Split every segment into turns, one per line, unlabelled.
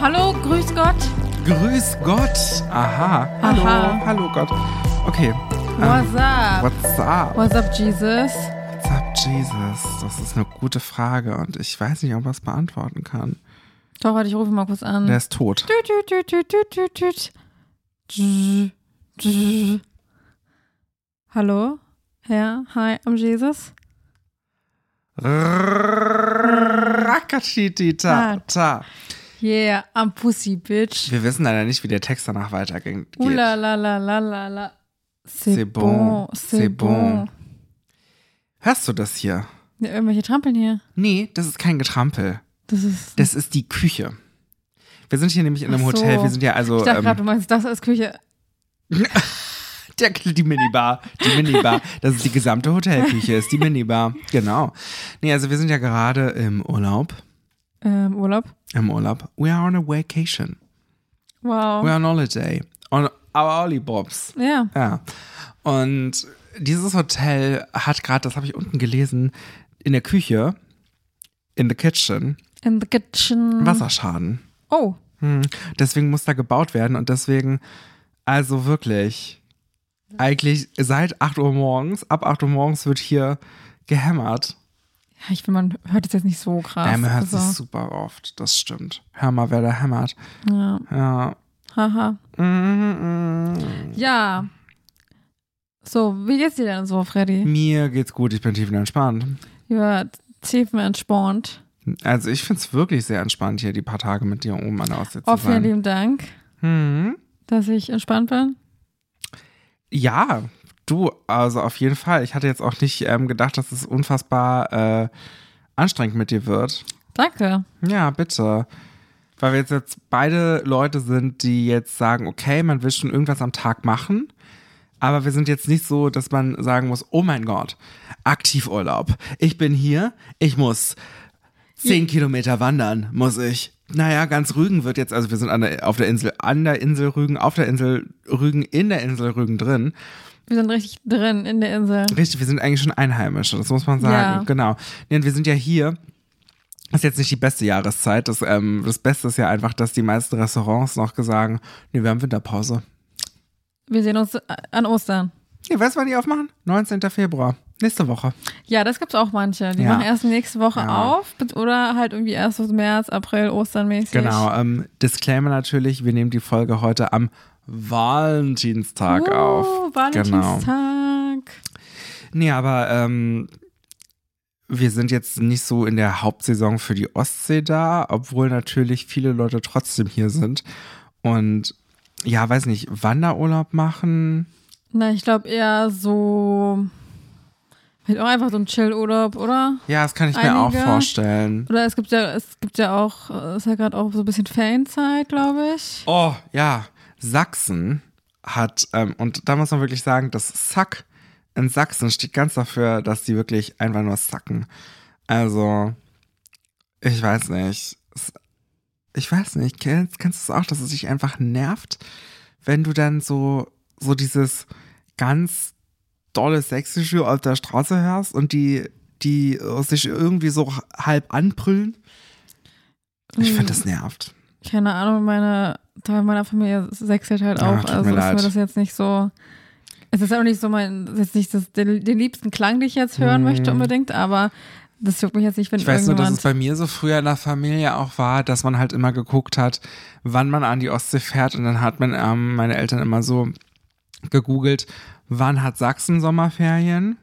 Hallo, grüß Gott.
Grüß Gott. Aha. Hallo.
Aha.
Hallo Gott. Okay. ähm, Ah.
What's up?
What's up?
What's up, Jesus?
What's up, Jesus? Das ist eine gute Frage und ich weiß nicht, ob er es beantworten kann.
Doch, warte, ich rufe mal kurz an.
Der ist tot.
Tüt, tüt, tüt, tüt, tüt, tüt, tüt. Tsch, tsch. Hallo? Ja, hi, I'm Jesus.
Rakatiti
Ah.
ta ta.
Yeah, I'm Pussy, Bitch.
Wir wissen leider nicht, wie der Text danach weitergeht.
Ouh la la la la la la.
C'est bon, c'est bon. Hörst du das hier?
Ja, irgendwelche Trampeln hier.
Nee, das ist kein Getrampel.
Das ist.
Das ist die Küche. Wir sind hier nämlich in einem
Hm. Ach so.
Hotel. Wir sind ja
ich
also
dachte gerade, du
ähm,
meinst das als Küche.
der, die Minibar. Die Minibar. Das ist die gesamte Hotelküche, ist die Minibar. Genau. Nee, also wir sind ja gerade im Urlaub.
Ähm, Urlaub.
Im Urlaub. We are on a vacation.
Wow.
We are on holiday. On our Olibobs.
ja.
Ja. Und dieses Hotel hat gerade, das habe ich unten gelesen, in der Küche, in the kitchen,
In the kitchen.
Wasserschaden.
Oh.
Hm. Deswegen muss da gebaut werden und deswegen, also wirklich, eigentlich seit 8 Uhr morgens, ab 8 Uhr morgens wird hier gehämmert.
Ja, ich finde, man hört es jetzt nicht so krass.
Ja, man hört
Also,
sich super oft, das stimmt. Hör mal, wer da hämmert.
ja.
Ja.
Haha.
Mm, mm.
Ja. So, wie geht's dir denn so, Freddy?
Mir geht's gut, ich bin tiefenentspannt.
Ja, tiefen entspannt.
Also ich find's wirklich sehr entspannt, hier die paar Tage mit dir oben an der Ostsee
Oh,
zu
vielen
sein.
lieben Dank,
Hm.
dass ich entspannt bin.
Ja, du, also auf jeden Fall. Ich hatte jetzt auch nicht ähm, gedacht, dass es unfassbar äh, anstrengend mit dir wird.
Danke.
Ja, bitte. Weil wir jetzt, jetzt beide Leute sind, die jetzt sagen, okay, man will schon irgendwas am Tag machen. Aber wir sind jetzt nicht so, dass man sagen muss, oh mein Gott, Aktivurlaub. Ich bin hier, ich muss zehn Kilometer wandern, muss ich. Naja, ganz Rügen wird jetzt, also wir sind an der, auf der Insel, an der Insel Rügen, auf der Insel Rügen, in der Insel Rügen drin.
Wir sind richtig drin in der Insel.
Richtig, wir sind eigentlich schon Einheimische, das muss man sagen.
Ja.
Genau. Nee, und wir sind ja hier. Ist jetzt nicht die beste Jahreszeit. Das, ähm, das Beste ist ja einfach, dass die meisten Restaurants noch sagen, nee, wir haben Winterpause.
Wir sehen uns äh, an Ostern.
Ja, weißt du, wann die aufmachen? 19. Februar. Nächste Woche.
Ja, das gibt's auch manche. Die
Ja.
machen erst nächste Woche
Ja.
auf be- oder halt irgendwie erst so März, April, Osternmäßig.
Genau. Ähm, Disclaimer natürlich, wir nehmen die Folge heute am Valentinstag
uh,
auf. Genau.
Valentinstag.
Nee, aber ähm, wir sind jetzt nicht so in der Hauptsaison für die Ostsee da, obwohl natürlich viele Leute trotzdem hier sind. Und ja, weiß nicht, Wanderurlaub machen.
Na, ich glaube eher so. Vielleicht auch einfach so ein Chill-Urlaub, oder?
Ja, das kann ich mir auch
Einige.
vorstellen.
Oder es gibt ja, es gibt ja auch, äh, ist ja gerade auch so ein bisschen Fanzeit, glaube ich.
Oh, ja. Sachsen hat, ähm, und da muss man wirklich sagen, das Sack in Sachsen steht ganz dafür, dass die wirklich einfach nur sacken. Also, ich weiß nicht. Es- Ich weiß nicht, kennst, kennst du es auch, dass es dich einfach nervt, wenn du dann so, so dieses ganz dolle Sächsische auf der Straße hörst und die, die äh, sich irgendwie so halb anbrüllen? Ich
Mhm.
finde, das nervt.
Keine Ahnung, meine, Teil meiner Familie sechselt halt
Ja,
auch.
tut mir
also ist
leid.
mir das jetzt nicht so. Es ist auch nicht so mein, es ist nicht das, den, den liebsten Klang, den ich jetzt hören möchte unbedingt, aber das juckt mich jetzt nicht, wenn
Mhm. Ich weiß nur, dass es
irgendjemand.
bei mir so früher in der Familie auch war, dass man halt immer geguckt hat, wann man an die Ostsee fährt. Und dann hat man, ähm, meine Eltern immer so gegoogelt, wann hat Sachsen Sommerferien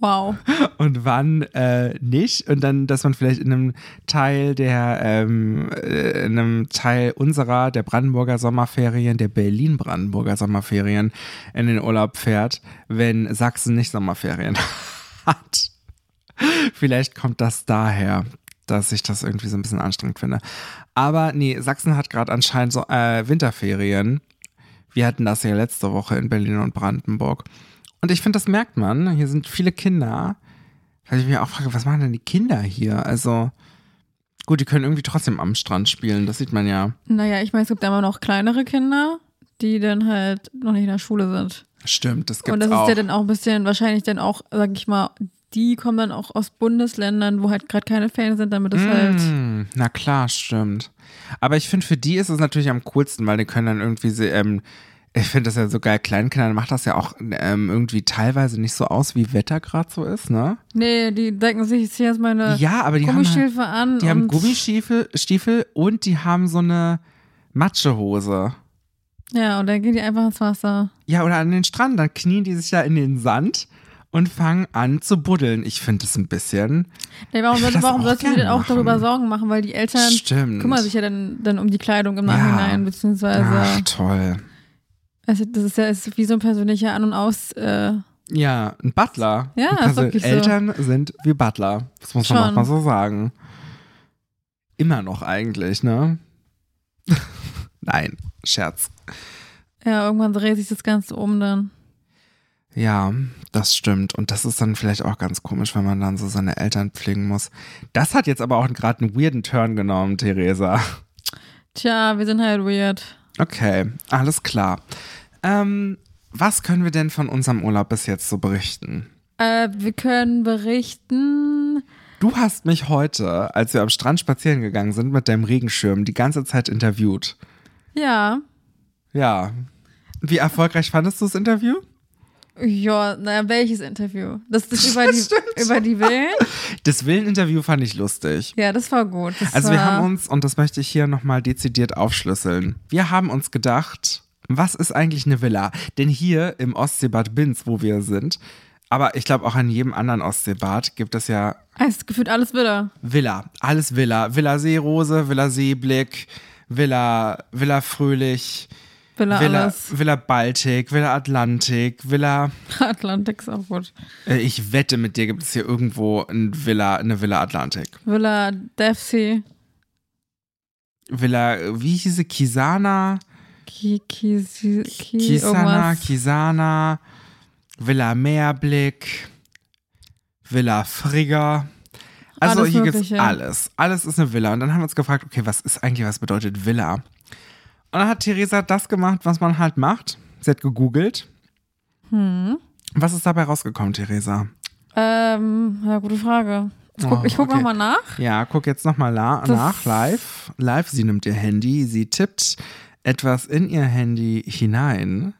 wow.
und wann äh, nicht. Und dann, dass man vielleicht in einem Teil der, ähm, äh, in einem Teil unserer, der Brandenburger Sommerferien, der Berlin-Brandenburger Sommerferien in den Urlaub fährt, wenn Sachsen nicht Sommerferien hat. Vielleicht kommt das daher, dass ich das irgendwie so ein bisschen anstrengend finde. Aber nee, Sachsen hat gerade anscheinend so, äh, Winterferien. Wir hatten das ja letzte Woche in Berlin und Brandenburg. Und ich finde, das merkt man. Hier sind viele Kinder. Weil ich mir auch frage, was machen denn die Kinder hier? Also, gut, die können irgendwie trotzdem am Strand spielen, das sieht man ja.
Naja, ich meine, es gibt immer noch kleinere Kinder, die dann halt noch nicht in der Schule sind.
Stimmt, das gibt's
Und das
auch.
ist ja dann auch ein bisschen, wahrscheinlich dann auch, sag ich mal, die kommen dann auch aus Bundesländern, wo halt gerade keine Ferien sind, damit es halt.
Mm, Na klar, stimmt. Aber ich finde, für die ist es natürlich am coolsten, weil die können dann irgendwie, se- ähm, ich finde das ja so geil, Kleinkinder macht das ja auch ähm, irgendwie teilweise nicht so aus, wie Wetter gerade so ist, ne?
Nee, die denken sich jetzt hier erstmal eine
Ja, aber die haben halt-
Gummischilfe an.
Die haben
Äh, und,
Gummistiefel Stiefel und die haben so eine Matschehose.
Ja, und dann gehen die einfach ins Wasser.
Ja, oder an den Strand, dann knien die sich ja in den Sand und fangen an zu buddeln. Ich finde das ein bisschen.
Nee, warum
Ich würd
sollte,
das
warum
auch
sollst du dir
gern
dann auch darüber
machen.
Sorgen machen? Weil die Eltern
Stimmt.
kümmern sich ja dann, dann um die Kleidung im
Ja.
Nachhinein, beziehungsweise.
Ach, toll.
Also, das ist ja ist wie so ein persönlicher An- und Aus. Äh,
Ja, ein Butler.
Ja, ist
also
wirklich so.
Eltern sind wie Butler. Das muss
Schon.
man manchmal so sagen. Immer noch eigentlich, ne? Nein, Scherz.
ja, irgendwann dreht sich das Ganze um dann.
Ja, das stimmt. Und das ist dann vielleicht auch ganz komisch, wenn man dann so seine Eltern pflegen muss. Das hat jetzt aber auch gerade einen weirden Turn genommen, Theresa.
Tja, wir sind halt weird.
Okay, alles klar. Ähm, was können wir denn von unserem Urlaub bis jetzt so berichten?
Äh, wir können berichten.
Du hast mich heute, als wir am Strand spazieren gegangen sind mit deinem Regenschirm, die ganze Zeit interviewt.
Ja.
Ja. Wie erfolgreich fandest du das Interview?
Ja, naja, welches Interview? Das ist über die, über die Willen?
Das Willen-Interview fand ich lustig.
Ja, das war gut. Das
Also
war,
wir haben uns, und das möchte ich hier nochmal dezidiert aufschlüsseln, wir haben uns gedacht, was ist eigentlich eine Villa? Denn hier im Ostseebad Binz, wo wir sind, aber ich glaube auch an jedem anderen Ostseebad gibt es ja
Es gefühlt alles wieder.
Villa, alles Villa. Villa Seerose, Villa Seeblick, Villa, Villa Fröhlich,
Villa,
Villa,
alles.
Villa Baltik, Villa Atlantik, Villa.
Atlantik ist auch gut.
Äh, Ich wette, mit dir gibt es hier irgendwo ein Villa, eine Villa Atlantik.
Villa Defsee,
Villa, äh, wie hieße Kisana?
Ki, Ki, Si- Ki,
Kisana,
irgendwas.
Kisana, Villa Meerblick, Villa Frigga. Also
Alles
hier gibt es
Mögliche.
alles. Alles ist eine Villa. Und dann haben wir uns gefragt, okay, was ist eigentlich, was bedeutet Villa? Und dann hat Theresa das gemacht, was man halt macht. Sie hat gegoogelt.
Hm.
Was ist dabei rausgekommen, Theresa?
Ähm, ja, gute Frage. Ich guck,
Oh,
ich guck
okay.
nochmal nach.
Ja, guck jetzt nochmal la
Das-
nach live. Live, sie nimmt ihr Handy, sie tippt etwas in ihr Handy hinein.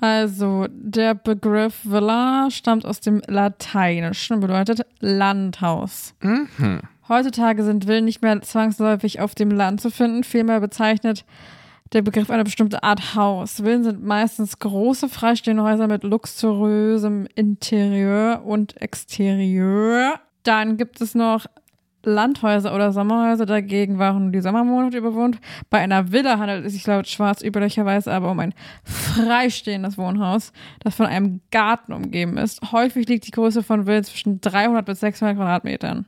Also, der Begriff Villa stammt aus dem Lateinischen und bedeutet Landhaus.
Mhm.
Heutzutage sind Villen nicht mehr zwangsläufig auf dem Land zu finden, vielmehr bezeichnet der Begriff eine bestimmte Art Haus. Villen sind meistens große freistehende Häuser mit luxuriösem Interieur und Exterieur. Dann gibt es noch Landhäuser oder Sommerhäuser, dagegen waren die Sommermonate überwohnt. Bei einer Villa handelt es sich laut Schwarz üblicherweise aber um ein freistehendes Wohnhaus, das von einem Garten umgeben ist. Häufig liegt die Größe von Villen zwischen 300 bis 600 Quadratmetern.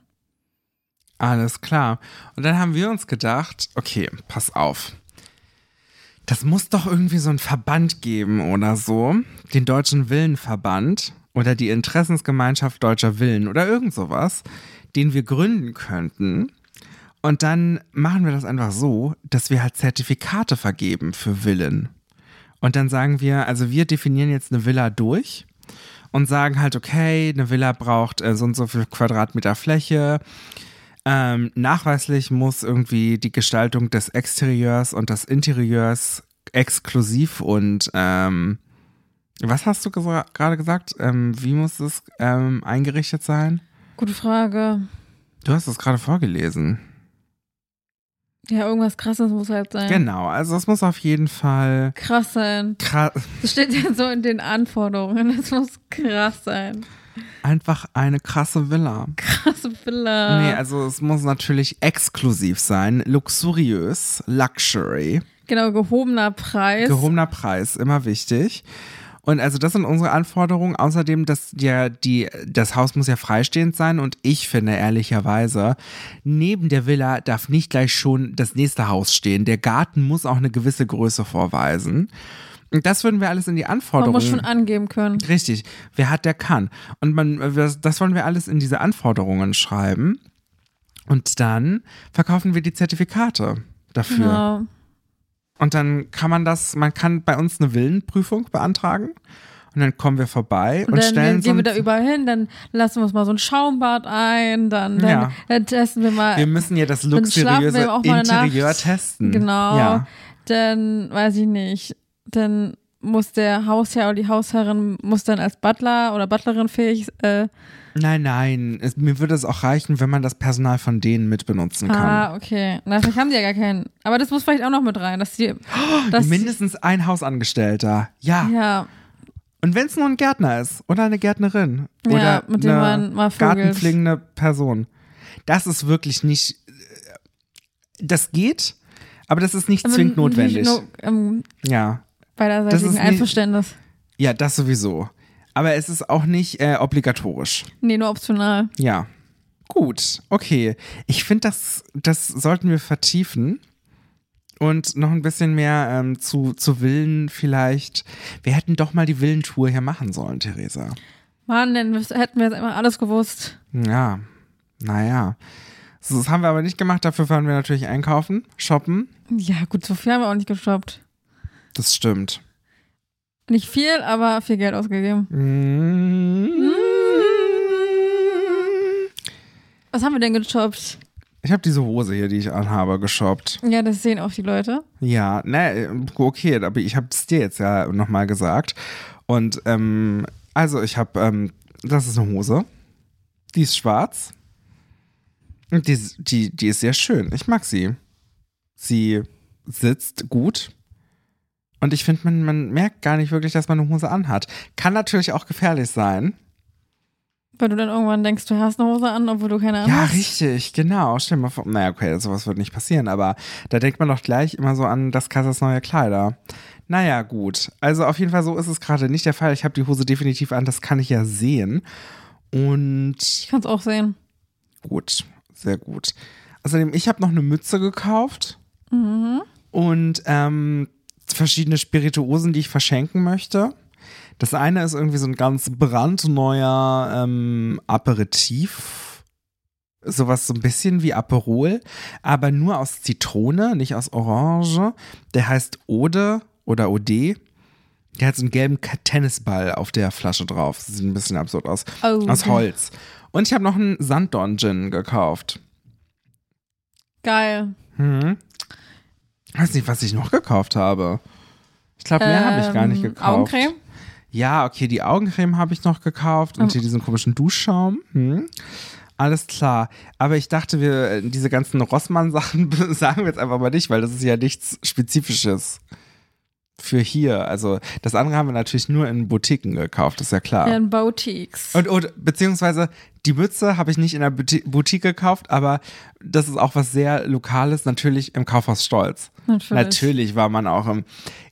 Alles klar. Und dann haben wir uns gedacht, okay, pass auf. Das muss doch irgendwie so einen Verband geben oder so. Den Deutschen Willenverband oder die Interessensgemeinschaft Deutscher Willen oder irgend sowas, den wir gründen könnten. Und dann machen wir das einfach so, dass wir halt Zertifikate vergeben für Villen. Und dann sagen wir, also wir definieren jetzt eine Villa durch und sagen halt, okay, eine Villa braucht äh, so und so viel Quadratmeter Fläche, ähm, nachweislich muss irgendwie die Gestaltung des Exterieurs und des Interieurs exklusiv und ähm, was hast du gesa- gerade gesagt? Ähm, wie muss es ähm, eingerichtet sein?
Gute Frage.
Du hast es gerade vorgelesen.
Ja, irgendwas krasses muss halt sein.
Genau, also es muss auf jeden Fall
Krass sein.
krass,
Das steht ja so in den Anforderungen. Das muss krass sein.
einfach eine krasse Villa.
Krasse Villa.
Nee, also es muss natürlich exklusiv sein, luxuriös, Luxury.
genau, gehobener Preis.
Gehobener Preis, immer wichtig. Und also das sind unsere Anforderungen. Außerdem, dass ja die, das Haus muss ja freistehend sein und ich finde ehrlicherweise, neben der Villa darf nicht gleich schon das nächste Haus stehen. Der Garten muss auch eine gewisse Größe vorweisen. Und das würden wir alles in die
Man
Anforderungen.
muss schon angeben können.
Richtig. Wer hat, der kann. Und man, das, das wollen wir alles in diese Anforderungen schreiben. Und dann verkaufen wir die Zertifikate dafür.
Genau.
Und dann kann man das, man kann bei uns eine Willenprüfung beantragen. und dann kommen wir vorbei und,
Und dann
stellen so
gehen wir
ein,
da überall hin, dann lassen wir uns mal so ein Schaumbad ein, dann, dann,
Ja.
dann testen wir mal.
wir müssen ja das
dann schlafen
luxuriöse
wir auch mal
Interieur
nachts.
testen.
Genau.
Ja.
Dann weiß ich nicht. Dann muss der Hausherr oder die Hausherrin muss dann als Butler oder Butlerin fähig äh,
Nein, nein, es, mir würde es auch reichen, wenn man das Personal von denen mitbenutzen kann.
Ah, okay. Na, vielleicht haben die ja gar keinen. Aber das muss vielleicht auch noch mit rein, dass
Oh,
die. dass die-
Mindestens ein Hausangestellter. Ja.
Ja,
Und wenn es nur ein Gärtner ist oder eine Gärtnerin
Ja,
oder
mit dem
eine
man mal vögelt.
gartenpflegende Person. Das ist wirklich nicht. äh, Das geht, aber das ist nicht
aber
zwingend
n- nicht
notwendig.
nur, ähm,
ja. Das
beiderseitigen
ist nie-
Einverständnis.
Ja, das sowieso. Aber es ist auch nicht äh, obligatorisch.
Nee, nur optional.
Ja. Gut, okay. Ich finde, das, das sollten wir vertiefen. Und noch ein bisschen mehr ähm, zu, zu Villen vielleicht. Wir hätten doch mal die Villentour hier machen sollen, Theresa.
Mann, dann wüs- hätten wir jetzt immer alles gewusst.
Ja, naja. So, Das haben wir aber nicht gemacht. Dafür fahren wir natürlich einkaufen, shoppen.
Ja, gut, so viel haben wir auch nicht geshoppt.
Das stimmt.
Nicht viel, aber viel Geld ausgegeben.
Mhm.
Was haben wir denn geshoppt?
Ich habe diese Hose hier, die ich anhabe, geshoppt.
Ja, das sehen auch die Leute.
Ja, ne, okay, aber ich habe es dir jetzt ja nochmal gesagt. Und ähm, also ich habe, ähm, das ist eine Hose. Die ist schwarz. Und die, die, die ist sehr schön. Ich mag sie. Sie sitzt gut. Und ich finde, man, man merkt gar nicht wirklich, dass man eine Hose anhat. Kann natürlich auch gefährlich sein.
Weil du dann irgendwann denkst, du hast eine Hose an, obwohl du keine
Ja,
anhast.
richtig, genau. Stell dir mal vor, naja, okay, sowas wird nicht passieren, aber da denkt man doch gleich immer so an das Casas neue Kleider. Naja, gut. Also auf jeden Fall so ist es gerade nicht der Fall. Ich habe die Hose definitiv an, das kann ich ja sehen. Und
Ich kann es auch sehen.
gut, sehr gut. Außerdem, ich habe noch eine Mütze gekauft
Mhm.
und ähm, verschiedene Spirituosen, die ich verschenken möchte. Das eine ist irgendwie so ein ganz brandneuer ähm, Aperitif. Sowas so ein bisschen wie Aperol, aber nur aus Zitrone, nicht aus Orange. Der heißt Ode oder Ode. Der hat so einen gelben K- Tennisball auf der Flasche drauf. Das sieht ein bisschen absurd aus.
Oh,
Aus
okay.
Holz. Und ich habe noch einen Sanddorn-Gin gekauft.
Geil.
Hm. Weiß nicht, was ich noch gekauft habe. Ich glaube, mehr habe ich gar nicht
Ähm,
gekauft.
Augencreme?
Ja, okay, die Augencreme habe ich noch gekauft und
Ähm.
hier diesen komischen Duschschaum. Hm. Alles klar. Aber ich dachte, wir äh, diese ganzen Rossmann-Sachen sagen wir jetzt einfach mal nicht, weil das ist ja nichts Spezifisches für hier. Also das andere haben wir natürlich nur in Boutiquen gekauft, ist ja klar.
Ja, in Boutiques.
Ah. Und, und beziehungsweise die Mütze habe ich nicht in der Bouti- Boutique gekauft, aber das ist auch was sehr Lokales, natürlich im Kaufhaus Stolz.
Natürlich.
Natürlich war man auch im.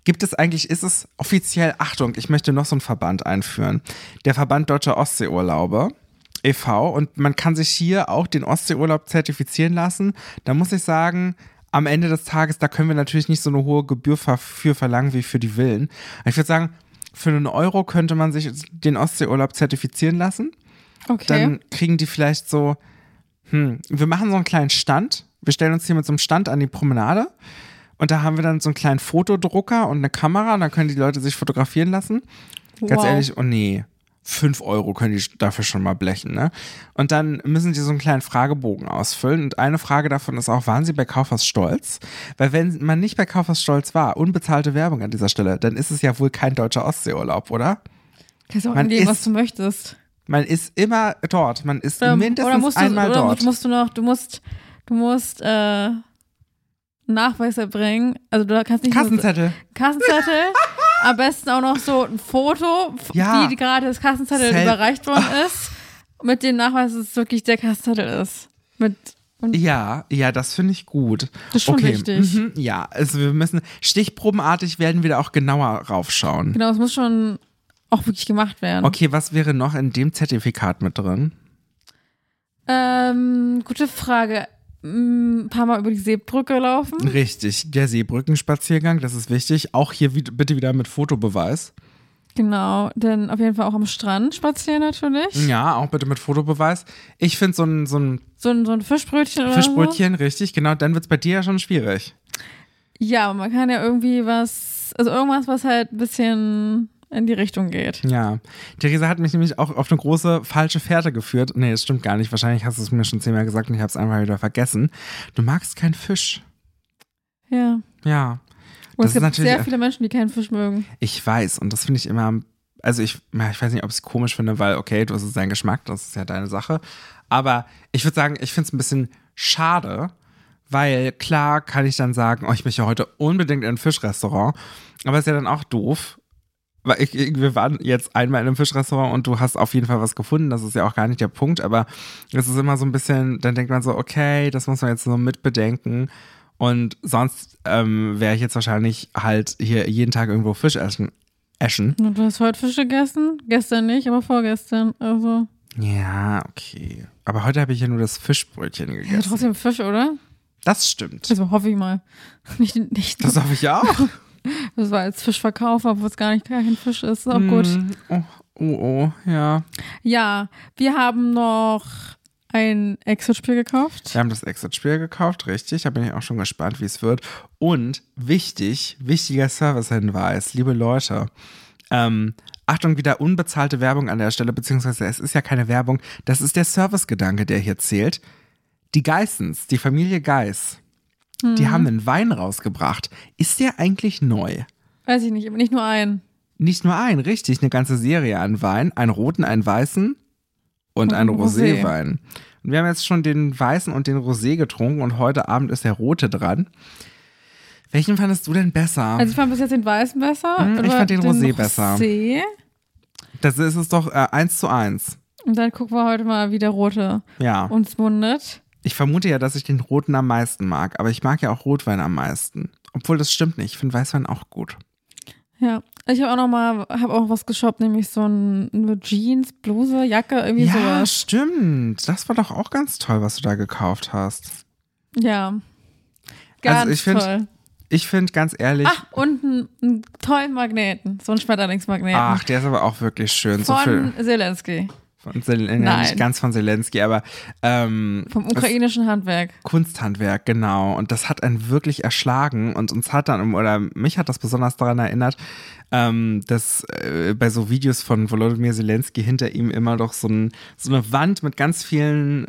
Gibt es eigentlich, ist es offiziell, Achtung, ich möchte noch so einen Verband einführen. Der Verband Deutscher Ostseeurlaube. e.V. und man kann sich hier auch den Ostseeurlaub zertifizieren lassen. Da muss ich sagen, am Ende des Tages, da können wir natürlich nicht so eine hohe Gebühr ver- für verlangen wie für die Villen. Ich würde sagen, für einen Euro könnte man sich den Ostseeurlaub zertifizieren lassen
Okay.
dann kriegen die vielleicht so, hm, wir machen so einen kleinen Stand. Wir stellen uns hier mit so einem Stand an die Promenade und da haben wir dann so einen kleinen Fotodrucker und eine Kamera und dann können die Leute sich fotografieren lassen. Ganz
Wow.
ehrlich, oh nee, 5 Euro können die dafür schon mal blechen, ne? Und dann müssen die so einen kleinen Fragebogen ausfüllen und eine Frage davon ist auch, waren sie bei Kaufhaus stolz? Weil wenn man nicht bei Kaufhaus stolz war, unbezahlte Werbung an dieser Stelle, dann ist es ja wohl kein deutscher Ostseeurlaub, oder?
Kannst du auch
Man
angeben, was
ist
du möchtest.
Man ist immer dort, man ist
Ähm,
mindestens
oder musst du,
einmal
oder
dort.
musst du noch, du musst, du musst äh, Nachweis erbringen. Also du kannst nicht nur,
Kassenzettel.
Kassenzettel. am besten auch noch so ein Foto, f-
Ja. Ah.
die, die gerade das Kassenzettel
Self-
überreicht worden ist, mit dem Nachweis, dass es wirklich der Kassenzettel ist. Mit und
Ja, ja, das finde ich gut.
Das ist schon wichtig.
Mhm, ja, also wir müssen stichprobenartig werden wir da auch genauer raufschauen.
genau, es muss schon auch wirklich gemacht werden.
Okay, was wäre noch in dem Zertifikat mit drin?
Ähm, gute Frage. Mm, Ein paar Mal über die Seebrücke laufen.
Richtig, der Seebrückenspaziergang, das ist wichtig. Auch hier wie- bitte wieder mit Fotobeweis.
Genau, denn auf jeden Fall auch am Strand spazieren natürlich.
Ja, auch bitte mit Fotobeweis. Ich finde so ein, so ein
So ein, so ein Fischbrötchen oder
Fischbrötchen, richtig, genau, dann wird es bei dir ja schon schwierig.
so. Ja, aber man kann ja irgendwie was, also irgendwas, was halt ein bisschen in die Richtung geht.
Ja. Theresa hat mich nämlich auch auf eine große falsche Fährte geführt. Nee, das stimmt gar nicht. Wahrscheinlich hast du es mir schon zehnmal gesagt und ich habe es einfach wieder vergessen. Du magst keinen Fisch.
Ja.
Ja.
Und
Das
Oh, es
ist
gibt
natürlich.
sehr viele Menschen, die keinen Fisch mögen.
Ich weiß, und das finde ich immer, also ich, ja, ich weiß nicht, ob ich es komisch finde, weil okay, du hast es deinen Geschmack, das ist ja deine Sache. Aber ich würde sagen, ich finde es ein bisschen schade, weil klar kann ich dann sagen, oh, ich möchte heute unbedingt in ein Fischrestaurant, aber ist ja dann auch doof. Weil ich, ich- wir waren jetzt einmal in einem Fischrestaurant und du hast auf jeden Fall was gefunden. Das ist ja auch gar nicht der Punkt, aber es ist immer so ein bisschen, dann denkt man so, okay, das muss man jetzt so mitbedenken. Und sonst ähm, wäre ich jetzt wahrscheinlich halt hier jeden Tag irgendwo Fisch essen. Eschen.
Und du hast heute Fisch gegessen? Gestern nicht, aber vorgestern. Also.
Ja, okay. Aber heute habe ich ja nur das Fischbrötchen
Ja,
gegessen.
trotzdem Fisch, oder?
Das stimmt.
Also hoffe ich mal. Nicht, nicht,
Das hoffe ich auch.
das war als Fischverkauf, obwohl es gar nicht gar kein Fisch ist. Ist Auch gut.
Mm, Oh, oh, oh, ja.
Ja, wir haben noch ein Exit-Spiel gekauft.
Wir haben das Exit-Spiel gekauft, richtig. Da bin ich auch schon gespannt, wie es wird. Und wichtig, wichtiger Service-Hinweis, liebe Leute. Ähm, Achtung, wieder unbezahlte Werbung an der Stelle, beziehungsweise es ist ja keine Werbung. Das ist der Service-Gedanke, der hier zählt. Die Geissens, die Familie Geiss, die haben einen Wein rausgebracht. Ist der eigentlich neu?
Weiß ich nicht, aber nicht nur einen.
Nicht nur einen, richtig, eine ganze Serie an Wein, einen roten, einen weißen und einen
einen Rosé.
Roséwein. Und wir haben jetzt schon den weißen und den Rosé getrunken und heute Abend ist der rote dran. Welchen fandest du denn besser?
Also ich fand bis jetzt den weißen besser.
Hm, ich
aber
fand den Rosé besser.
Rosé.
das ist es doch äh, eins zu eins.
Und dann gucken wir heute mal, wie der rote
Ja.
uns mundet.
ich vermute ja, dass ich den roten am meisten mag, aber ich mag ja auch Rotwein am meisten. Obwohl das stimmt nicht, ich finde Weißwein auch gut.
Ja, ich habe auch noch mal, habe auch was geshoppt, nämlich so ein, eine Jeans, Bluse, Jacke, irgendwie
ja,
sowas.
stimmt. Das war doch auch ganz toll, was du da gekauft hast.
Ja. Ganz
Also ich find-
toll.
Ich finde ganz ehrlich,
Ach, und einen, einen tollen Magneten, so einen Schmetterlingsmagneten.
ach, der ist aber auch wirklich schön. so viel.
von Zelensky,
Von Selen
Nein.
Nicht ganz von Zelensky, aber ähm,
vom
das
ukrainischen Handwerk.
Kunsthandwerk, genau. Und das hat einen wirklich erschlagen und uns hat dann, oder mich hat das besonders daran erinnert, ähm, dass äh, bei so Videos von Volodymyr Zelensky hinter ihm immer doch so, ein, so eine Wand mit ganz vielen, äh,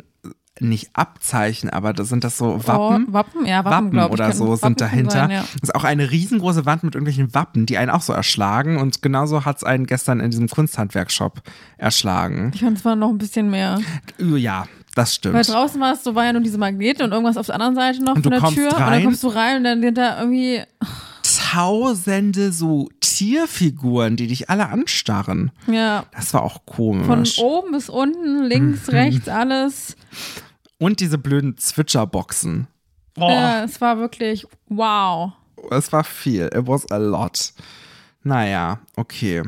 nicht Abzeichen, aber das sind das so Wappen.
Oh, Wappen, ja, Wappen,
Wappen,
glaub ich.
oder
könnten
so
Wappen
sind dahinter.
Sein, ja.
Das ist auch eine riesengroße Wand mit irgendwelchen Wappen, die einen auch so erschlagen. Und genauso hat es einen gestern in diesem Kunsthandwerkshop erschlagen.
Ich fand es war noch ein bisschen mehr.
Äh, Ja, das stimmt.
Weil draußen war es so, war ja nur diese Magnete und irgendwas auf der anderen Seite noch von
Und du
der
kommst
Tür. Und
rein.
dann kommst du rein und dann sind da irgendwie,
tausende so Tierfiguren, die dich alle anstarren.
ja,
Das war auch
von
komisch.
oben bis unten, links,
Mhm.
rechts, alles.
Und diese blöden Zwitscherboxen.
Ja, es war wirklich wow.
Es war viel. It was a lot. Naja, okay.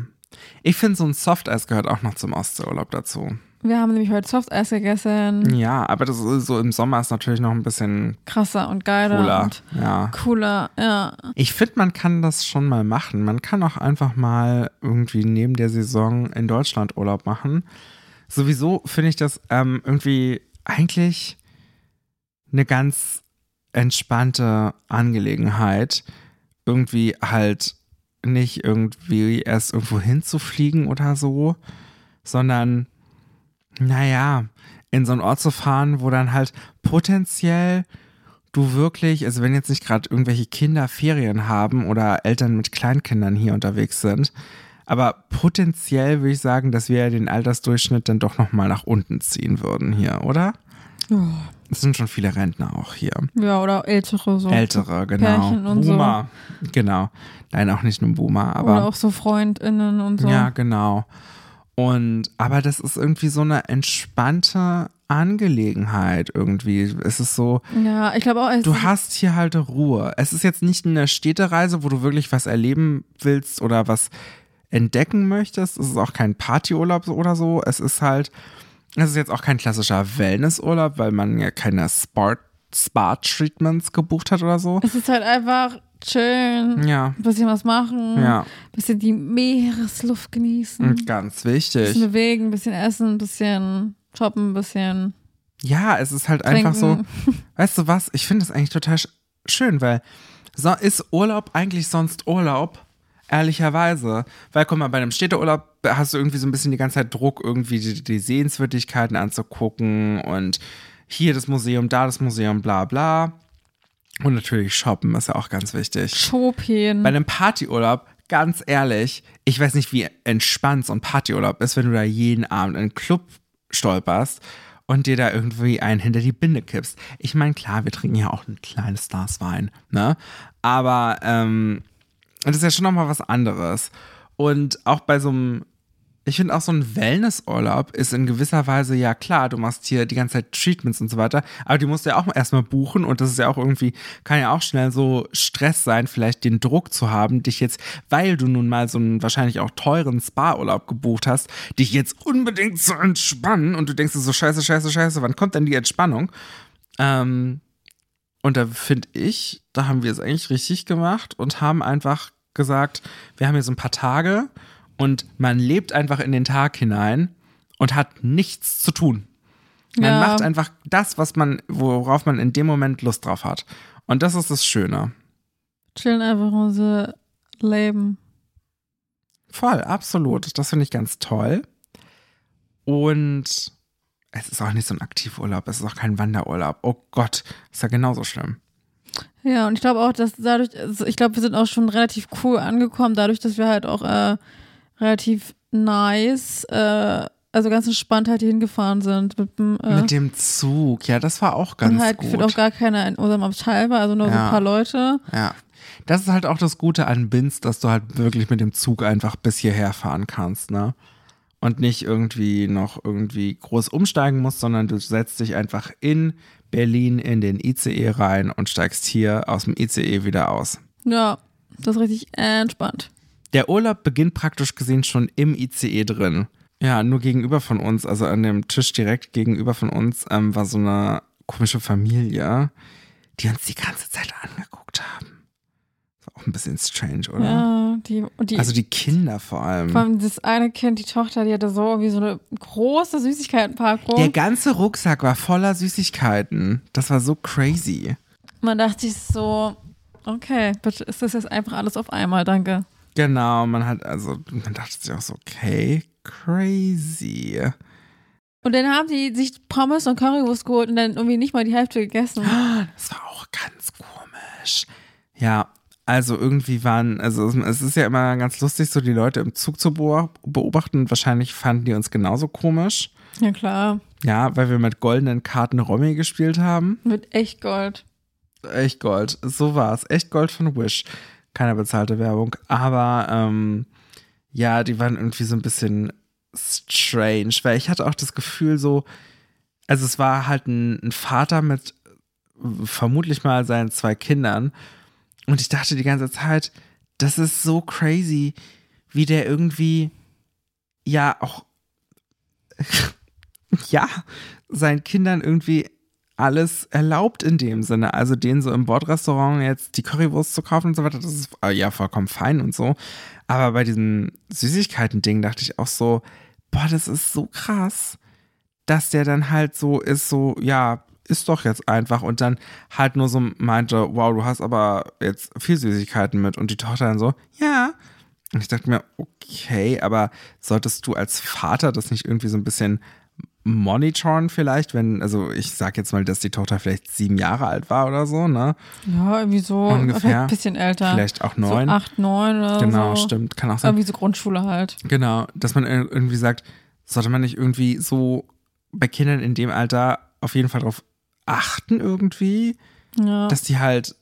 Ich finde, so ein Softeis gehört auch noch zum Ostseeurlaub dazu.
Wir haben nämlich heute Softeis gegessen.
Ja, aber das ist so im Sommer ist natürlich noch ein bisschen
Krasser und geiler.
cooler.
Und
Ja.
cooler, ja.
Ich finde, man kann das schon mal machen. Man kann auch einfach mal irgendwie neben der Saison in Deutschland Urlaub machen. Sowieso finde ich das ähm, irgendwie eigentlich eine ganz entspannte Angelegenheit. Irgendwie halt nicht irgendwie erst irgendwo hinzufliegen oder so, sondern naja, in so einen Ort zu fahren, wo dann halt potenziell du wirklich, also wenn jetzt nicht gerade irgendwelche Kinder Ferien haben oder Eltern mit Kleinkindern hier unterwegs sind, aber potenziell würde ich sagen, dass wir ja den Altersdurchschnitt dann doch nochmal nach unten ziehen würden hier, oder?
Ja.
Es sind schon viele Rentner auch hier.
Ja, oder ältere so.
Ältere, genau.
Pärchen und so.
Boomer. Genau. Nein, auch nicht nur Boomer, aber.
Oder auch so FreundInnen und so.
Ja, genau. Und aber das ist irgendwie so eine entspannte Angelegenheit irgendwie. Es ist so,
Ja, ich glaube auch, es
du hast hier halt Ruhe. Es ist jetzt nicht eine Städtereise, wo du wirklich was erleben willst oder was entdecken möchtest. Es ist auch kein Partyurlaub oder so. Es ist halt, es ist jetzt auch kein klassischer Wellnessurlaub, weil man ja keine Spa- Spa-Treatments gebucht hat oder so.
es ist halt einfach chillen,
Ja,
ein bisschen was machen,
ja.
ein bisschen die Meeresluft genießen, ein
Und ganz wichtig.
bisschen bewegen, ein bisschen essen, ein bisschen shoppen, ein bisschen
Ja, es ist halt einfach so,
trinken.
weißt du was, ich finde es eigentlich total sch schön, weil so, ist Urlaub eigentlich sonst Urlaub? Ehrlicherweise. Weil, guck mal, bei einem Städteurlaub hast du irgendwie so ein bisschen die ganze Zeit Druck, irgendwie die, die Sehenswürdigkeiten anzugucken und hier das Museum, da das Museum, bla bla. Und natürlich shoppen ist ja auch ganz wichtig.
Chopin.
Bei einem Partyurlaub, ganz ehrlich, ich weiß nicht, wie entspannt so ein Partyurlaub ist, wenn du da jeden Abend in einen Club stolperst und dir da irgendwie einen hinter die Binde kippst. Ich meine, klar, wir trinken ja auch ein kleines Glas Wein, ne? Aber ähm, das ist ja schon nochmal was anderes. Und auch bei so einem, ich finde auch so ein Wellnessurlaub ist in gewisser Weise, ja klar, du machst hier die ganze Zeit Treatments und so weiter, aber die musst du ja auch erstmal buchen und das ist ja auch irgendwie, kann ja auch schnell so Stress sein, vielleicht den Druck zu haben, dich jetzt, weil du nun mal so einen wahrscheinlich auch teuren Spa-Urlaub gebucht hast, dich jetzt unbedingt zu entspannen und du denkst dir so, scheiße, scheiße, scheiße, wann kommt denn die Entspannung? Ähm, und da finde ich, da haben wir es eigentlich richtig gemacht und haben einfach gesagt, wir haben jetzt ein paar Tage und man lebt einfach in den Tag hinein und hat nichts zu tun. Man
Ja.
macht einfach das, was man, worauf man in dem Moment Lust drauf hat. Und das ist das Schöne.
Chillen einfach unser Leben.
Voll, absolut. Das finde ich ganz toll. Und es ist auch nicht so ein Aktivurlaub, es ist auch kein Wanderurlaub. Oh Gott, ist ja genauso schlimm.
Ja, und ich glaube auch, dass dadurch, also ich glaube, wir sind auch schon relativ cool angekommen, dadurch, dass wir halt auch äh, relativ nice, äh, also ganz entspannt halt hier hingefahren sind. Mit dem, äh,
Mit dem Zug, ja, das war auch ganz
und halt
gut.
gefühlt auch gar keiner in unserem Abteil war, also nur so
Ja.
ein paar Leute.
Ja. Das ist halt auch das Gute an Binz, dass du halt wirklich mit dem Zug einfach bis hierher fahren kannst, ne? Und nicht irgendwie noch irgendwie groß umsteigen musst, sondern du setzt dich einfach in Berlin in den ICE rein und steigst hier aus dem ICE wieder aus.
Ja, das ist richtig entspannt.
Der Urlaub beginnt praktisch gesehen schon im ICE drin. Ja, nur gegenüber von uns, also an dem Tisch direkt gegenüber von uns, ähm, war so eine komische Familie, die uns die ganze Zeit angeguckt haben. War auch ein bisschen strange, oder?
Ja, die, und die,
Also die Kinder vor
vor
allem.
allem das eine Kind, die Tochter, die hatte so irgendwie so eine große
Der
Süßigkeitenpackung.
ganze Rucksack war voller Süßigkeiten. Das war so crazy.
Man dachte sich so, okay, bitte ist das jetzt einfach alles auf einmal, danke.
Genau, man hat also, man dachte sich auch so, okay, crazy.
Und dann haben die sich Pommes und Currywurst geholt und dann irgendwie nicht mal die Hälfte gegessen.
Das war auch ganz komisch. Ja, also irgendwie waren, also es- es ist ja immer ganz lustig, so die Leute im Zug zu beo- beobachten. Wahrscheinlich fanden die uns genauso komisch.
Ja klar,
Ja, weil wir mit goldenen Karten Romy gespielt haben.
mit echt Gold.
Echt Gold. So war's. Echt Gold von Wish. Keine bezahlte Werbung. Aber ähm, ja, die waren irgendwie so ein bisschen strange, weil ich hatte auch das Gefühl, so, also es war halt ein, ein Vater mit äh, vermutlich mal seinen zwei Kindern. Und ich dachte die ganze Zeit, das ist so crazy, wie der irgendwie ja auch ja seinen Kindern irgendwie alles erlaubt in dem Sinne. Also denen so im Bordrestaurant jetzt die Currywurst zu kaufen und so weiter, das ist äh, ja vollkommen fein und so. Aber bei diesem Süßigkeiten-Ding dachte ich auch so, boah, das ist so krass, dass der dann halt so ist, so, ja, ist doch jetzt einfach und dann halt nur so meinte, wow, du hast aber jetzt viel Süßigkeiten mit und die Tochter dann so, ja. Und ich dachte mir, okay, aber solltest du als Vater das nicht irgendwie so ein bisschen monitoren vielleicht, wenn, also ich sag jetzt mal, dass die Tochter vielleicht sieben Jahre alt war oder so, ne?
Ja, irgendwie so.
Ungefähr.
Vielleicht ein bisschen älter.
Vielleicht auch
so
neun.
acht, neun oder
genau,
so.
stimmt, kann auch sein.
Irgendwie so Grundschule halt.
Genau, dass man ir- irgendwie sagt, sollte man nicht irgendwie so bei Kindern in dem Alter auf jeden Fall drauf achten irgendwie,
Ja.
dass die halt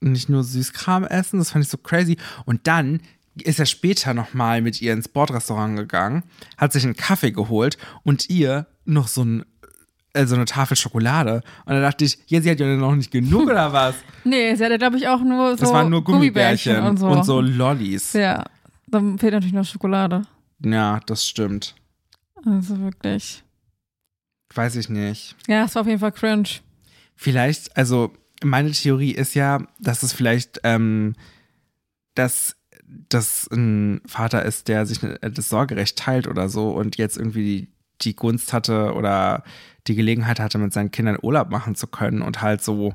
nicht nur Süßkram essen, das fand ich so crazy. Und dann ist er später nochmal mit ihr ins Bordrestaurant gegangen, hat sich einen Kaffee geholt und ihr noch so ein äh, so eine Tafel Schokolade. Und da dachte ich, ja, sie hat ja noch nicht genug oder was?
nee, sie hatte, glaube ich, auch nur so
Das waren nur Gummibärchen,
und so.
und so Lollis.
Ja, dann fehlt natürlich noch Schokolade.
Ja, das stimmt.
Also wirklich.
Weiß ich nicht.
Ja, es war auf jeden Fall cringe.
Vielleicht, also meine Theorie ist ja, dass es vielleicht, ähm, dass das ein Vater ist, der sich äh, das Sorgerecht teilt oder so und jetzt irgendwie die, die Gunst hatte oder die Gelegenheit hatte, mit seinen Kindern Urlaub machen zu können und halt so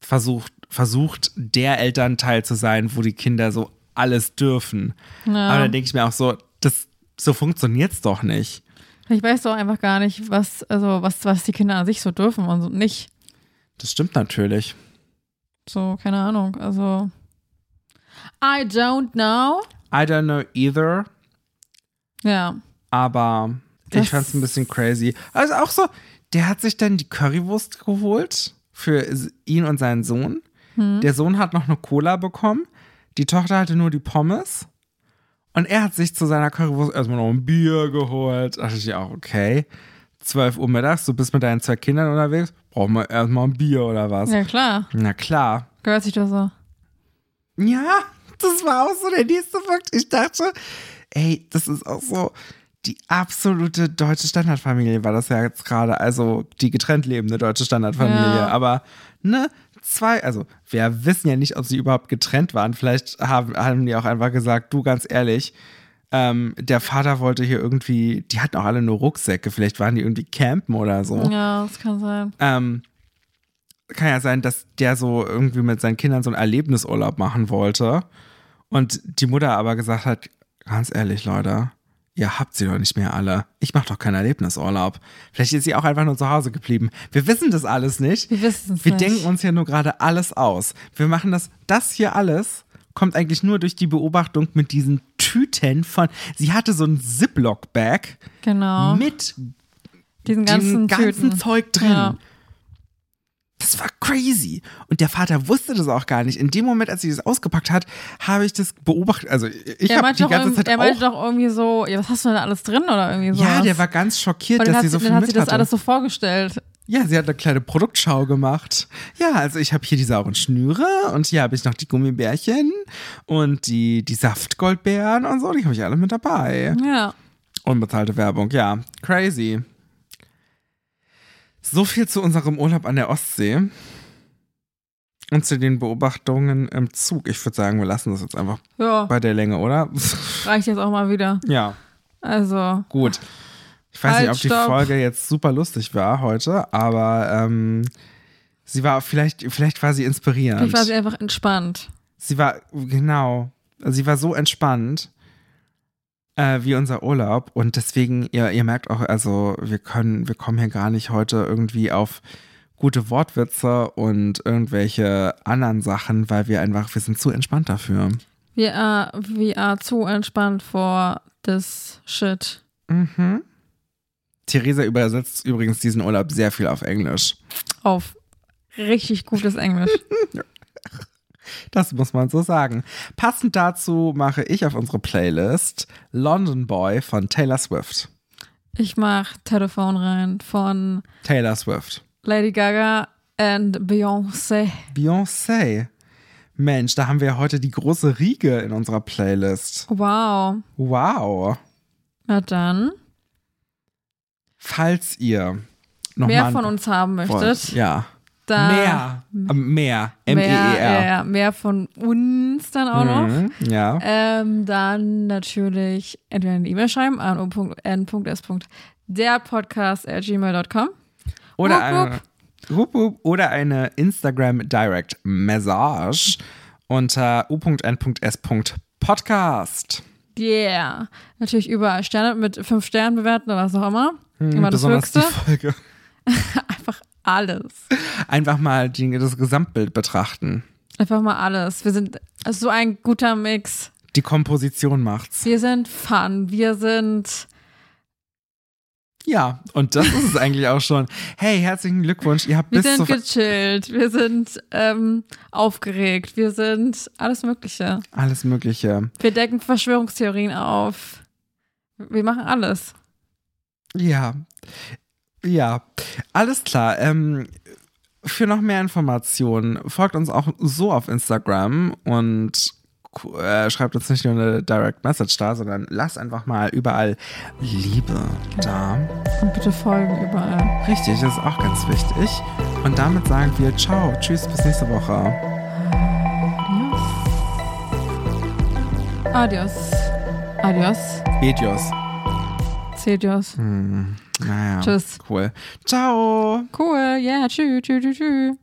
versucht, versucht, der Elternteil zu sein, wo die Kinder so alles dürfen.
Ja.
Aber dann denke ich mir auch so, das, so funktioniert's doch nicht.
Ich weiß doch einfach gar nicht, was, also was, was die Kinder an sich so dürfen und so nicht.
Das stimmt natürlich.
So, keine Ahnung. Also. I don't know.
I don't know either,
Ja.
aber
Das-
ich fand's ein bisschen crazy. Also auch so, der hat sich dann die Currywurst geholt für s- ihn und seinen Sohn.
Hm.
Der Sohn hat noch eine Cola bekommen, die Tochter hatte nur die Pommes. Und er hat sich zu seiner Currywurst erstmal noch ein Bier geholt. Da dachte ich auch, okay, 12 Uhr mittags, du bist mit deinen zwei Kindern unterwegs, brauchen wir erstmal ein Bier oder was?
Ja, klar.
Na klar.
Gehört sich das so.
Ja, das war auch so der nächste Punkt. Ich dachte, ey, das ist auch so die absolute deutsche Standardfamilie war das ja jetzt gerade. Also die getrennt lebende deutsche Standardfamilie.
Ja.
Aber, ne, zwei, also wir wissen ja nicht, ob sie überhaupt getrennt waren. Vielleicht haben, haben die auch einfach gesagt, du ganz ehrlich, ähm, der Vater wollte hier irgendwie, die hatten auch alle nur Rucksäcke, vielleicht waren die irgendwie campen oder so.
Ja, das kann sein.
Ähm, kann ja sein, dass der so irgendwie mit seinen Kindern so einen Erlebnisurlaub machen wollte. Und die Mutter aber gesagt hat, ganz ehrlich, Leute, ihr habt sie doch nicht mehr alle. Ich mache doch keinen Erlebnisurlaub. Vielleicht ist sie auch einfach nur zu Hause geblieben. Wir wissen das alles nicht.
Wir wissen's
Wir
nicht.
denken uns ja nur gerade alles aus. Wir machen das, das hier alles kommt eigentlich nur durch die Beobachtung mit diesen Tüten von, sie hatte so ein Ziploc-Bag
Genau.
mit
Diesen ganzen,
diesem ganzen
Tüten.
Zeug drin.
Ja.
Das war crazy. Und der Vater wusste das auch gar nicht. In dem Moment, als sie das ausgepackt hat, habe ich das beobachtet. Also ich
Er
habe
meinte,
die
doch,
ganze
irgend-
Zeit
er meinte
auch.
doch irgendwie so, ja, was hast du denn da alles drin oder irgendwie so.
Ja, der war ganz schockiert, dass
hat
sie so
dann
viel
hat sie
mit
das
hatte.
alles so vorgestellt.
ja, sie hat eine kleine Produktschau gemacht. Ja, also ich habe hier die sauren Schnüre und hier habe ich noch die Gummibärchen und die, die Saftgoldbeeren und so. Die habe ich alle mit dabei.
Ja.
Unbezahlte Werbung, ja. Crazy. So viel zu unserem Urlaub an der Ostsee und zu den Beobachtungen im Zug. Ich würde sagen, wir lassen das jetzt einfach
Ja,
bei der Länge, oder?
reicht jetzt auch mal wieder.
ja,
Also,
gut. Ich weiß
Halt,
nicht, ob die
stopp.
Folge jetzt super lustig war heute, aber ähm, sie war vielleicht, vielleicht war sie inspirierend.
ich war sie einfach entspannt.
Sie war, genau, sie war so entspannt äh, wie unser Urlaub. Und deswegen, ihr, ihr merkt auch, also wir können, wir kommen hier gar nicht heute irgendwie auf gute Wortwitze und irgendwelche anderen Sachen, weil wir einfach, wir sind zu entspannt dafür.
Wir are, we are zu entspannt for this shit.
Mhm. Theresa übersetzt übrigens diesen Urlaub sehr viel auf Englisch.
Auf richtig gutes Englisch.
Das muss man so sagen. Passend dazu mache ich auf unsere Playlist London Boy von Taylor Swift.
Ich mach Telefon rein von
Taylor Swift.
Lady Gaga and Beyoncé.
Beyoncé. Mensch, da haben wir heute die große Riege in unserer Playlist.
Wow.
Wow.
Na dann,
Falls ihr noch
mehr
mal
von uns haben möchtet,
Ja.
dann
mehr. Ähm, Mehr.
mehr, ja,
M-E-E-R.
ja, mehr von uns dann auch noch.
Mhm, ja.
Ähm, dann natürlich entweder eine E-Mail schreiben an o.n.s.derpodcast.gmail.com.
Oder
Wup,
eine, wup, wup, oder eine Instagram Direct Message unter u.n.s.podcast.
Yeah. Natürlich überall Sterne mit fünf Sternen bewerten oder was auch immer. immer das
Hm, Besonders die
Höchste.
Folge.
Einfach alles.
Einfach mal die, das Gesamtbild betrachten.
Einfach mal alles. Wir sind so ein guter Mix.
Die Komposition macht's.
Wir sind fun. Wir sind.
Ja, und das ist es eigentlich auch schon. Hey, herzlichen Glückwunsch. Ihr habt
Wir
bis zu
sind gechillt. Wir sind ähm, aufgeregt. Wir sind alles Mögliche.
alles Mögliche.
Wir decken Verschwörungstheorien auf. Wir machen alles.
Ja. Ja. Alles klar. Ähm, für noch mehr Informationen folgt uns auch so auf Instagram und ku- äh, schreibt uns nicht nur eine Direct Message da, sondern lasst einfach mal überall Liebe da.
Und bitte folgen überall.
Richtig, das ist auch ganz wichtig. Und damit sagen wir ciao, tschüss, bis nächste Woche.
Adios. Adios.
Edios.
Cedios.
Naja.
Tschüss.
Hm, Cool. Ciao.
Cool. Yeah. Tschüss. Tschüss. Tschüss. Tschü.